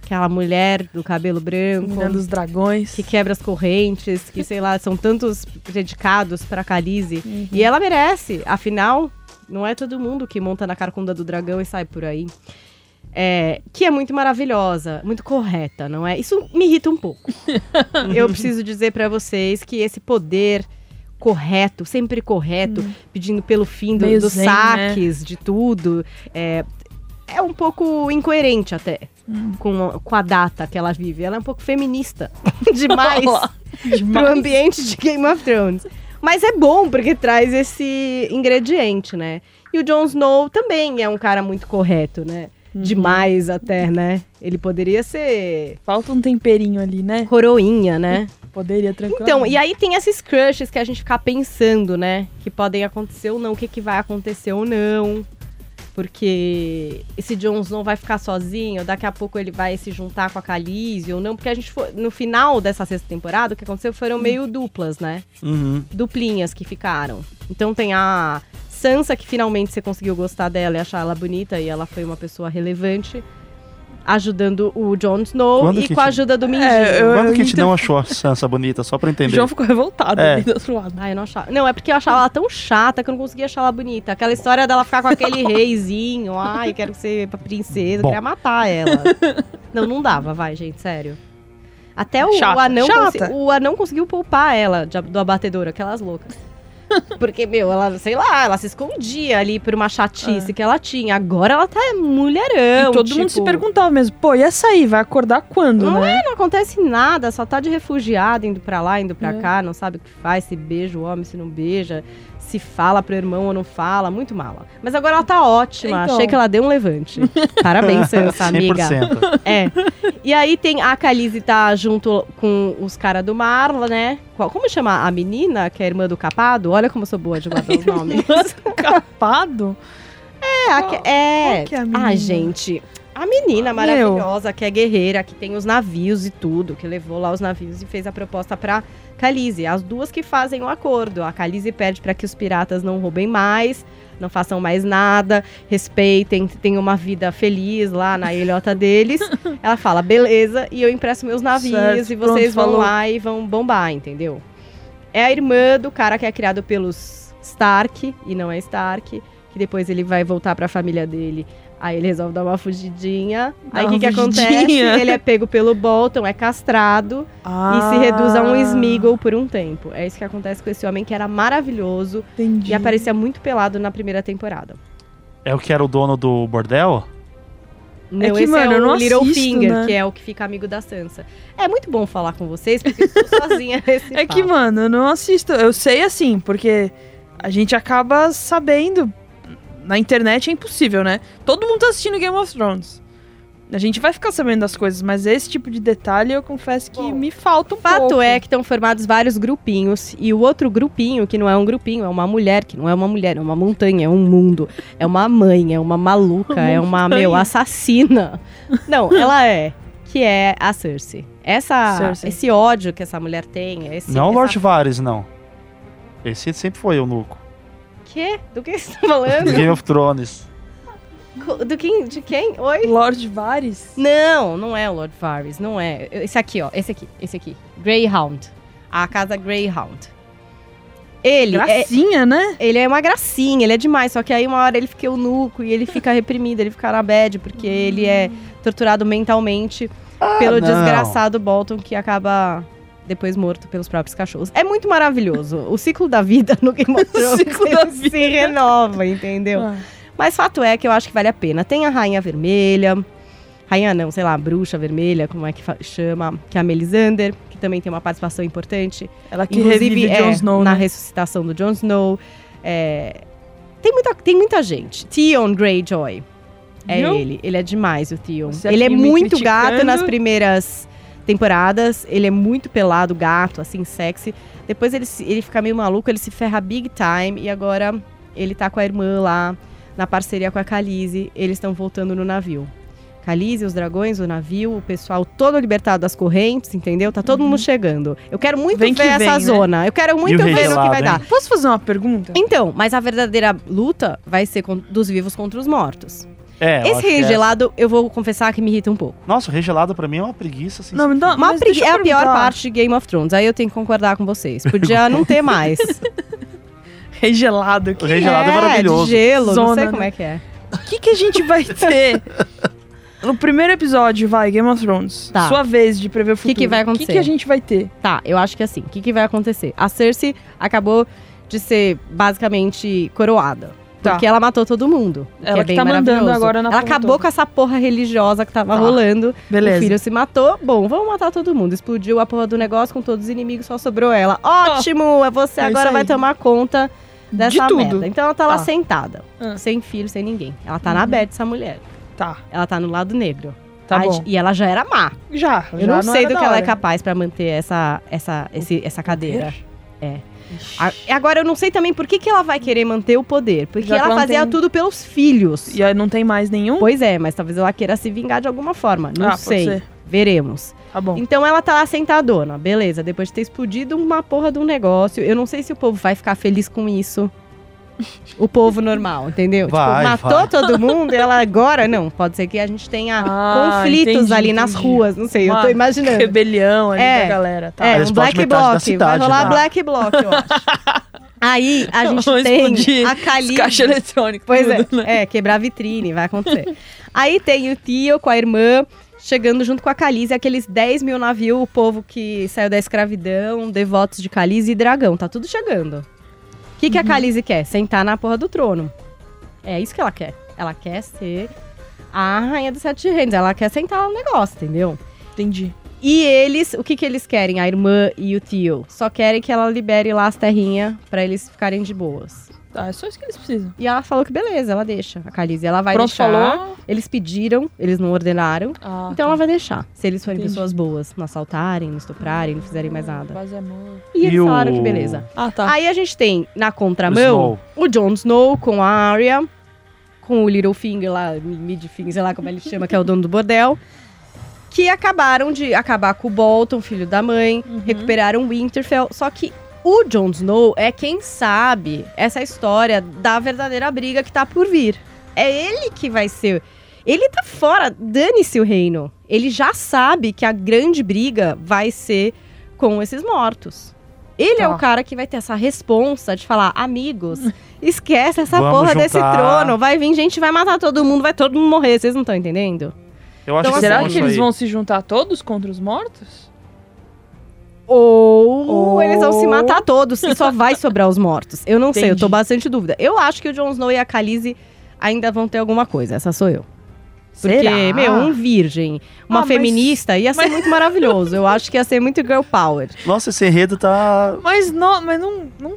aquela mulher do cabelo branco,
Menina dos dragões.
que quebra as correntes, que sei lá, são tantos predicados pra Khaleesi. E ela merece, afinal, não é todo mundo que monta na carcunda do dragão e sai por aí. É, que é muito maravilhosa, muito correta, não é? Isso me irrita um pouco.
Uhum.
Eu preciso dizer pra vocês que esse poder correto, sempre correto, pedindo pelo fim do-
Uhum. Meio
dos
zen, né?
saques, de tudo, é, é um pouco incoerente até.
Uhum.
com, com a data que ela vive. Ela é um pouco feminista demais pro
Demais.
ambiente de Game of Thrones. Mas é bom porque traz esse ingrediente, né? E o Jon Snow também é um cara muito correto, né?
Uhum.
Demais até, né? Ele poderia ser
Falta um temperinho ali, né?
coroinha, né?
Poderia tranquilamente.
Então, e aí tem esses crushes que a gente fica pensando, né? Que podem acontecer ou não, o que, que vai acontecer ou não. Porque esse Jon Snow vai ficar sozinho, daqui a pouco ele vai se juntar com a Khaleesi ou não. Porque a gente foi, no final dessa sexta temporada, o que aconteceu foram
Hum.
meio duplas, né?
Uhum.
duplinhas que ficaram. Então tem a Sansa, que finalmente você conseguiu gostar dela e achar ela bonita, e ela foi uma pessoa relevante, ajudando o Jon Snow
Quando
e
que
com a
te-
ajuda do Mindinho.
É, eu-
Quando que a
eu
gente não achou a Sansa bonita? Só pra
O
entender.
João ficou revoltado
É.
ali do outro lado.
Ah, eu não achava. Não, é porque eu achava ela tão chata que eu não conseguia achar ela bonita. Aquela história dela ficar com aquele reizinho, ai, quero ser pra princesa, eu
Bom.
queria matar ela. não, não dava, vai, gente, sério. Até o,
Chata,
anão
chata.
consi- o anão conseguiu poupar ela de- do abatedor, aquelas loucas. Porque, meu, ela, sei lá, ela se escondia ali por uma chatice que ela tinha. Agora ela tá mulherão.
É. e todo
tipo,
mundo se perguntava mesmo, pô, e essa aí, vai acordar quando,
Não
né?
Não acontece nada, só tá de refugiada, indo pra lá, indo pra
É.
cá, não sabe o que faz, se beija o homem, se não beija, se fala pro irmão ou não fala, muito mala. Mas agora ela tá ótima,
Então.
achei que ela deu um levante. Parabéns, Sansa, amiga.
100%.
É. E aí tem a Khaleesi tá junto com os caras do Marla, né? Qual- como chama a menina, que é a irmã do Capado? Olha como eu sou boa de guardar os nomes.
Capado?
É, a que- é.
Qual que é a menina?
Ah, gente. A menina
Meu.
maravilhosa, que é guerreira, que tem os navios e tudo, que levou lá os navios e fez a proposta pra Khaleesi. As duas que fazem o acordo. A Khaleesi pede pra que os piratas não roubem mais, não façam mais nada, respeitem, tenham uma vida feliz lá na ilhota deles. Ela fala, beleza, e eu empresto meus navios
Certo,
e vocês
pronto,
vão
falou.
lá e vão bombar, entendeu? É a irmã do cara que é criado pelos Stark, e não é Stark, que depois ele vai voltar pra família dele. Aí ele resolve dar uma fugidinha.
Dá
Aí o
uma
que, que acontece?
fugidinha.
Ele é pego pelo Bolton, é castrado
Ah,
e se reduz a um Smeagol por um tempo. É isso que acontece com esse homem que era maravilhoso
Entendi.
e aparecia muito pelado na primeira temporada.
É o que era o dono do bordel?
Não,
que,
esse
mano,
é
eu
o
não
Little
assisto,
Finger,
né?
que é o que fica amigo da Sansa. É muito bom falar com vocês, porque eu estou sozinha nesse
É que,
papo.
mano, eu não assisto. Eu sei assim, porque a gente acaba sabendo. Na internet é impossível, né? Todo mundo tá assistindo Game of Thrones. A gente vai ficar sabendo das coisas, mas esse tipo de detalhe eu confesso que me falta um
O fato
pouco.
é que estão formados vários grupinhos e o outro grupinho, que não é um grupinho, é uma mulher, que não é uma mulher, é uma montanha, é um mundo, é uma mãe, é uma maluca, é uma meu assassina. Não, ela é, que é a Cersei. Essa
Cersei.
esse ódio que essa mulher tem, esse
não é o
essa...
Lord Varys, não. Esse sempre foi o Nuco.
Quê? Do que você tá falando?
Game of Thrones.
Co- Do quem? De quem? Oi?
Lord Varys?
Não, não é o Lord Varys, não é. Esse aqui, ó, esse aqui, esse aqui. Greyhound. A casa Greyhound. Ele é,
Gracinha, né?
ele é uma gracinha, ele é demais, só que aí uma hora ele fica eunuco e ele fica reprimido, ele fica na bad, porque ele é torturado mentalmente
Ah,
pelo
não.
desgraçado Bolton que acaba depois morto pelos próprios cachorros. É muito maravilhoso. O ciclo da vida no Game of Thrones
ciclo da
ele se renova, entendeu?
Ah.
Mas fato é que eu acho que vale a pena. Tem a Rainha Vermelha. Rainha não, sei lá, Bruxa Vermelha, como é que fa- chama? Que é a Melisander, que também tem uma participação importante.
Ela que
Inclusive,
revive
é,
Jon Snow,
na
né?
ressuscitação do Jon Snow. É, Tem, muita, tem muita gente. Theon Greyjoy é
Viu?
ele. Ele é demais, o Theon.
Você
ele é
aqui me
muito gato
criticando.
nas primeiras temporadas. Ele é muito pelado, gato, assim, sexy. Depois ele, se- ele fica meio maluco, ele se ferra big time. E agora ele tá com a irmã lá, na parceria com a Khaleesi. Eles estão voltando no navio. Khaleesi, os dragões, o navio, o pessoal todo libertado das correntes, entendeu? Tá todo mundo chegando. Eu quero muito
Uhum. Vem que
ver
vem,
essa
né?
zona. Eu quero muito
rei
ver o que
gelado,
vai
hein?
dar.
Posso fazer uma pergunta?
Então, mas a verdadeira luta vai ser con- dos vivos contra os mortos.
É, eu acho
Esse
que é
rei
essa.
gelado, eu vou confessar que me irrita um pouco.
Nossa, o rei gelado pra mim é uma preguiça, assim.
Não, então,
Uma
mas
pregui-
deixa eu
é a pior
perguntar.
parte de Game of Thrones. Aí eu tenho que concordar com vocês. Podia não ter mais.
Regelado.
O
Que,
rei gelado é,
de
maravilhoso.
gelo, não
Zona,
sei
né?
como é que é.
que, que a gente vai ter no primeiro episódio, vai, Game of Thrones?
Tá.
Sua vez de prever o
Que que
futuro.
vai
O que,
acontecer?
a gente vai ter?
Tá, eu acho que assim, o que, que vai acontecer? A Cersei acabou de ser basicamente coroada.
Tá.
Porque ela matou todo mundo. o que
Ela
é
que
bem
tá mandando
maravilhoso.
agora na
Ela
porra
acabou
toda.
com essa porra religiosa que tava
Tá.
rolando.
Beleza.
O filho se matou. Bom, vamos matar todo mundo. Explodiu a porra do negócio com todos os inimigos, só sobrou ela. Ótimo! Você
Oh. É
agora
isso
vai
aí.
tomar conta dessa
De tudo.
merda. Então ela tá lá
Tá.
sentada.
Ah.
Sem filho, sem ninguém. Ela tá na bed, essa mulher.
Tá,
Ela tá no lado negro.
tá
Ai,
bom.
E ela já era má.
Já.
Eu
já
não, sei
era
do
da
que ela é
hora.
capaz pra manter essa, essa, esse- essa cadeira. É. A- Agora, eu não sei também por que, que ela vai querer manter o poder. Porque
Já que
ela,
ela não
fazia
tem-
tudo pelos filhos.
E aí não tem mais nenhum?
Pois é, mas talvez ela queira se vingar de alguma forma. Não
Ah, pode
sei.
ser.
Veremos.
Tá bom.
Então ela tá lá sentadona, beleza. Depois de ter explodido uma porra de um negócio. Eu não sei se o povo vai ficar feliz com isso. O povo normal, entendeu?
Vai,
tipo,
vai.
matou todo mundo e ela agora não. Pode ser que a gente tenha
Ah,
conflitos
entendi,
ali nas
entendi.
ruas. Não sei, eu tô
Uma
imaginando.
Rebelião ali
É.
da galera, tá.
É,
Ela
um
explode
black
metade da
block. vai
cidade,
rolar
né?
black block, eu acho. Aí a gente
Vão
tem
explodir
a Kali.
Os caixa eletrônico.
Pois é,
tudo, né?
é, quebrar a vitrine, vai acontecer. Aí tem o tio com a irmã chegando junto com a Calize, aqueles 10 mil navios, o povo que saiu da escravidão, devotos de Calize e dragão, tá tudo chegando. O que, que
Uhum.
a Calize quer? Sentar na porra do trono. É isso que ela quer. Ela quer ser a rainha dos sete reinos, ela quer sentar no negócio, entendeu?
Entendi.
E eles, o que que eles querem, a irmã e o tio? Só querem que ela libere lá as terrinhas pra eles ficarem de boas.
Tá, é só isso que eles precisam.
E ela falou que beleza, ela deixa. A Calize, ela vai
Pronto,
deixar.
falou?
Eles pediram, eles não ordenaram.
Ah,
então ela vai deixar. Se eles forem
Entendi.
pessoas boas, não assaltarem, não estuprarem, não fizerem mais nada.
Quase amor.
E eles
o-
falaram que beleza.
é Ah, tá.
Aí a gente tem, na contramão,
Snow.
o Jon Snow com a Arya, com o Littlefinger lá, Midfinger, sei lá como ele chama, que é o dono do bordel. Que acabaram de acabar com o Bolton, filho da mãe, recuperaram Winterfell. Só que o Jon Snow é quem sabe essa história da verdadeira briga que tá por vir. É ele que vai ser. Ele tá fora, dane-se o reino. Ele já sabe que a grande briga vai ser com esses mortos. Ele é
Tá.
o cara que vai ter essa responsa de falar, amigos, esquece essa
Vamos
porra desse
juntar."
trono. Vai vir gente, vai matar todo mundo, vai todo mundo morrer. Vocês não estão entendendo?
Eu acho
Então,
que
Será
assim,
bom
que
isso
eles
aí.
vão se juntar todos contra os mortos?
Ou
Ou-
eles vão se matar todos e só vai sobrar os mortos. Eu não sei, eu tô
Entendi.
bastante dúvida. Eu acho que o Jon Snow e a Khaleesi ainda vão ter alguma coisa, essa sou eu. Porque,
Será?
meu, um virgem, uma
Ah, mas-
feminista, ia ser muito maravilhoso. Eu acho que ia ser muito girl power.
Nossa, esse enredo tá.
Mas não, mas não, não, não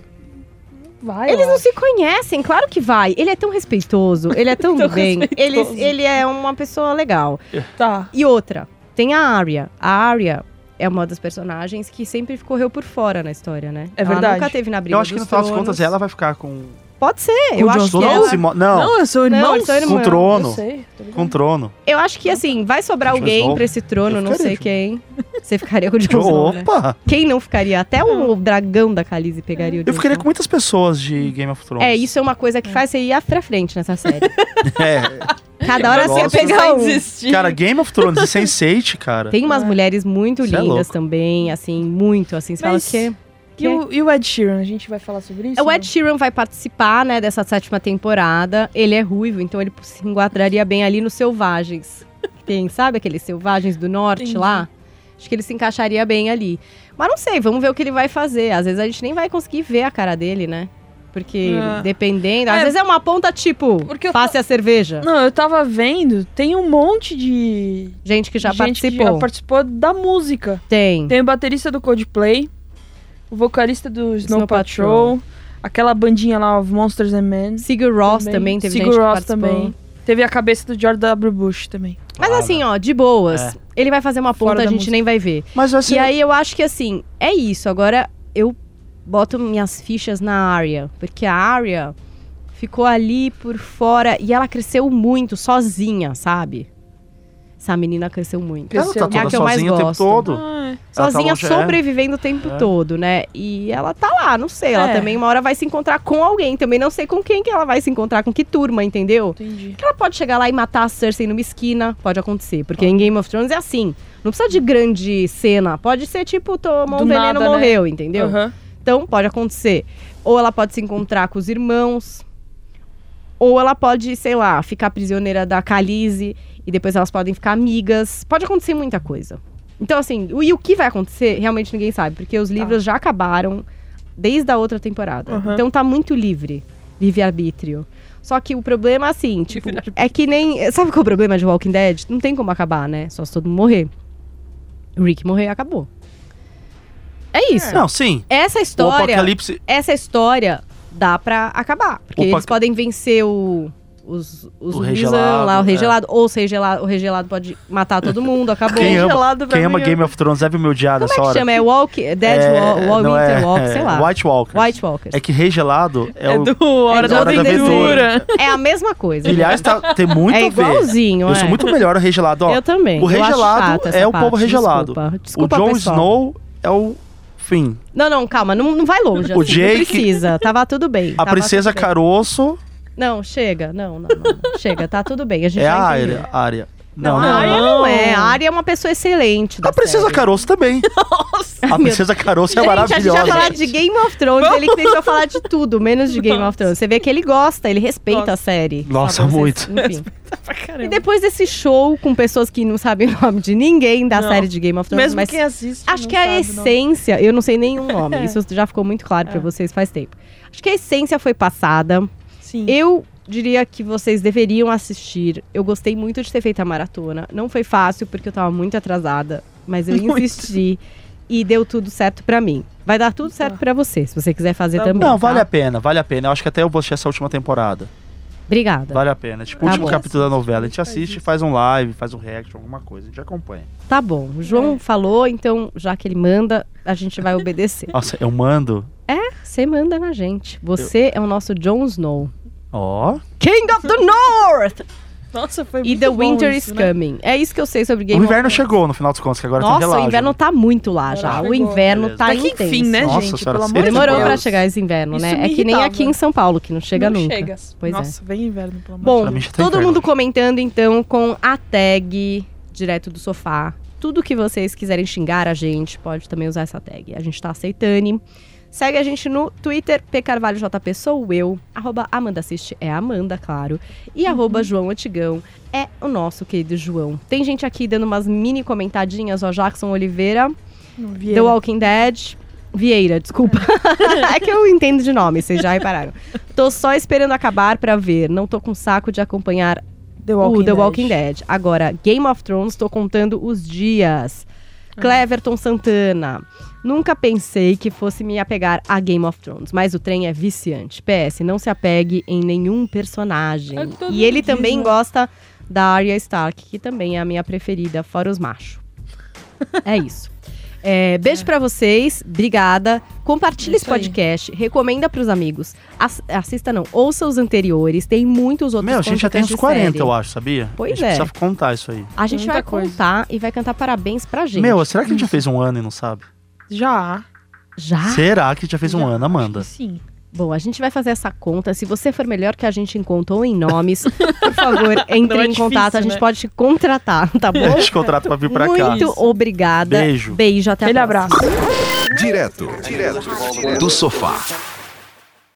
vai.
Eles
eu
não
acho.
se conhecem, claro que vai. Ele é tão respeitoso, ele é tão,
Tão
bem.
respeitoso.
Ele, ele é uma pessoa legal.
Tá.
E outra, tem a Arya. A Arya é uma das personagens que sempre correu por fora na história, né?
É
Ela
verdade.
nunca teve na briga
Eu acho que no
dos
final das
tronos.
contas ela vai ficar com.
Pode ser, eu
o
acho
Jon
que
Todo mundo
Snow?
ela...
se mo- Não,
eu sou
Não,
irmão.
eles são irmãos.
com trono.
Eu sei. tô ligado.
Com trono.
Eu acho que assim, vai sobrar
Jon
alguém
Snow?
pra esse trono,
Eu
não sei
ficaria,
quem. Você ficaria com o Jon Snow, né?
Tipo, Opa!
Quem não ficaria? Até o dragão da Khaleesi pegaria o Jon
Eu ficaria com
Snow.
muitas pessoas de Game of Thrones.
É, isso é uma coisa que faz você ir pra frente nessa série.
É.
Cada hora você ia
Negócio-
pegar um.
desistir.
Cara, Game of Thrones e Sense8, cara.
Tem umas
É.
mulheres muito
Cê é
lindas
louco.
também, assim, muito, assim. Você
Mas-
fala que... É
e, o, e o Ed Sheeran, a gente vai falar sobre isso?
O Ed Sheeran vai participar, né, dessa sétima temporada. Ele é ruivo, então ele se enquadraria bem ali nos Selvagens. Que Tem, sabe aqueles Selvagens do Norte
Entendi.
lá? Acho que ele se encaixaria bem ali. Mas não sei, vamos ver o que ele vai fazer. Às vezes a gente nem vai conseguir ver a cara dele, né? Porque
Ah.
dependendo... Às
É.
vezes é uma ponta tipo,
Porque eu tô-
passe a cerveja.
Não, eu tava vendo, tem um monte de
Gente que já
gente que
participou.
já participou da música.
Tem.
Tem o baterista do Coldplay, o vocalista do Snow,
Snow
Patrol, aquela bandinha lá, of Monsters and Men.
Sigur Ross também, teve
Sigur
gente
Ross
que participou.
também. Teve a cabeça do George W. Bush também.
Mas
Ah,
assim, ó, de boas. Ele vai fazer uma
Fora
ponta, a
da
gente
música.
nem vai ver.
Mas vai ser.
E aí eu acho que assim, é isso. Agora eu boto minhas fichas na Arya, porque a Arya ficou ali por fora e ela cresceu muito sozinha, sabe? Essa menina cresceu muito.
ela tá
Cresceu.
toda
É a que eu mais
sozinha o tempo
gosto.
todo.
Ah, é.
Ela tá
sozinha
longe, é.
sobrevivendo o tempo
É.
todo, né? E ela tá lá, não sei, ela
É.
também uma hora vai se encontrar com alguém, também não sei com quem que ela vai se encontrar, com que turma, entendeu?
entendi.
que ela pode chegar lá e matar a Cersei numa esquina. Pode acontecer. Porque
Ah.
em Game of Thrones é assim. Não precisa de grande cena. Pode ser tipo, tomou
Do
um veneno,
nada, né?
morreu, entendeu?
Aham.
Então, pode acontecer. Ou ela pode se encontrar com os irmãos. Ou ela pode, sei lá, ficar prisioneira da Khaleesi. E depois elas podem ficar amigas. Pode acontecer muita coisa. Então, assim, o- e o que vai acontecer, realmente ninguém sabe. Porque os livros já acabaram desde a outra temporada.
Aham.
Então tá muito livre. Livre-arbítrio. Os Só que o problema, assim, tipo, é que nem. Sabe qual é o problema de Walking Dead? Não tem como acabar, né? Só se todo mundo morrer. O Rick morrer, acabou. É isso.
Não, sim.
Essa
O
história.
apocalipse.
Essa história dá pra acabar. Porque
O
eles
pac-
podem vencer o. Os, os
O rei
zumbizão
gelado,
lá, o rei
é.
gelado. Ou se rei gelado, o rei gelado pode matar todo mundo, acabou.
Quem ama,
gelado pra
quem ama
mim, é-
Game of Thrones deve me odiar
Como é
nessa
que
hora.
chama? É Walk, Dead Wall, Wall
não
Winter
é-
Walk, sei lá.
White Walker.
White Walkers.
É que Rei Gelado é,
É
o.
do Hora
É
da
do Hora da
Aventura.
É a mesma coisa.
Aliás, tá, tem muito
é
a ver.
igualzinho,
Eu
é.
sou muito melhor o Rei Gelado, ó.
Eu também.
O Rei
Eu acho
Gelado
chata essa
é o
parte,
povo Rei Gelado.
Desculpa, desculpa
o Jon
pessoal.
Snow é o fim.
Não, não, calma, não, não vai longe.
O
assim,
Jake-
Não precisa, tava tudo bem.
A
tava
princesa
tudo bem.
Caroço
Não, chega, não, não, não, não. Chega, tá tudo bem, a gente
é
já
a
entendeu.
área. área. Não,
a
não.
Arya não é. A Arya é uma pessoa excelente. da
A princesa
série.
Caroço também. A princesa Caroço é
Gente, a gente já
maravilhosa.
falar de Game of Thrones, ele deixou falar de tudo, menos de Game of Thrones. Você vê que ele gosta, ele respeita a série.
Nossa,
sabe? Vocês-
muito.
Enfim.
Pra
E
caramba.
depois desse show com pessoas que não sabem o nome de ninguém da
Não.
série de Game of Thrones,
Mesmo
mas
quem assiste.
acho
não
que é a
sabe, não.
essência, eu não sei nenhum nome, isso já ficou muito claro
É.
pra vocês faz tempo. Acho que a essência foi passada.
Sim.
Eu diria que vocês deveriam assistir. Eu gostei muito de ter feito a maratona. Não foi fácil porque eu tava muito atrasada, mas eu
Muito.
insisti e deu tudo certo pra mim. Vai dar tudo certo pra você, se você quiser fazer
Tá bom.
também.
Não, vale
tá?
a pena, vale a pena. Eu acho que até eu vou assistir essa última temporada.
Obrigada.
Vale a pena. Tipo, o
Tá
último
bom.
capítulo da novela. A gente
Faz
assiste,
isso.
faz um live, faz um reaction, alguma coisa. A gente acompanha.
Tá bom. O João falou, então, já que ele manda, a gente vai obedecer.
Nossa, eu mando.
Você manda na gente. Você é o nosso Jon Snow.
Ó.
King of the North!
Nossa, foi
E
muito
The
bom
Winter
isso,
is
né?
Coming. É isso que eu sei sobre Game
o
of
inverno
Thrones.
chegou no final dos contos, que agora tá
Nossa,
gelado.
o inverno tá muito lá já.
Agora
O
chegou.
inverno
Beleza.
tá
Mas que
intenso.
enfim, né,
Nossa
gente?
senhora,
Pelo amor
Deus.
de
Demorou
Deus.
pra chegar esse inverno,
Isso
né?
me
É que nem
irritava.
aqui em São Paulo, que não chega
não
nunca.
Chega.
Pois é.
Nossa, vem inverno, pelo amor de Deus.
Bom,
Pra mim já tá
todo
inverno.
mundo comentando então com a tag direto do sofá. Tudo que vocês quiserem xingar a gente, pode também usar essa tag. A gente tá aceitando. Segue a gente no Twitter, pcarvalhojp sou eu, arroba Amanda Assiste é a Amanda, claro, e
Uhum.
arroba João Antigão é o nosso querido João. Tem gente aqui dando umas mini comentadinhas, ó, Jackson Oliveira,
Não,
The
Vieira.
Walking Dead. Vieira, desculpa. é que eu entendo de nome, vocês já repararam. Tô só esperando acabar pra ver. Não tô com saco de acompanhar
The
o The Walking Dead. Agora, Game of Thrones, tô contando os dias.
Ah.
Cleverton Santana. Nunca pensei que fosse me apegar a Game of Thrones, mas o trem é viciante. PS, não se apegue em nenhum personagem.
É o que todo
e ele
mundo diz,
também
né?
gosta da Arya Stark, que também é a minha preferida, fora os machos. é isso. É, beijo pra vocês, obrigada. Compartilhe
É
esse
isso aí.
podcast, recomenda pros amigos. Ass- assista não, ouça os anteriores, tem muitos outros
Meu, a gente já tem uns
podcasts de
40,
série.
eu acho, sabia?
Pois
a gente
é.
precisa contar isso aí.
A gente
Muita
vai
coisa.
contar e vai cantar parabéns pra gente.
Meu, será que a gente já fez um ano e não sabe?
Já.
já?
Será que a gente já fez um ano, Amanda?
Acho que Sim.
Bom, a gente vai fazer essa conta. Se você for melhor que a gente em conta ou em nomes, por favor, entre
Não é
em contato.
difícil,
a gente
né?
pode te contratar, tá
A
bom?
gente contrata pra vir pra cá.
Muito obrigada.
Beijo.
Beijo, até a
Aquele
próxima.
abraço.
Direto do sofá.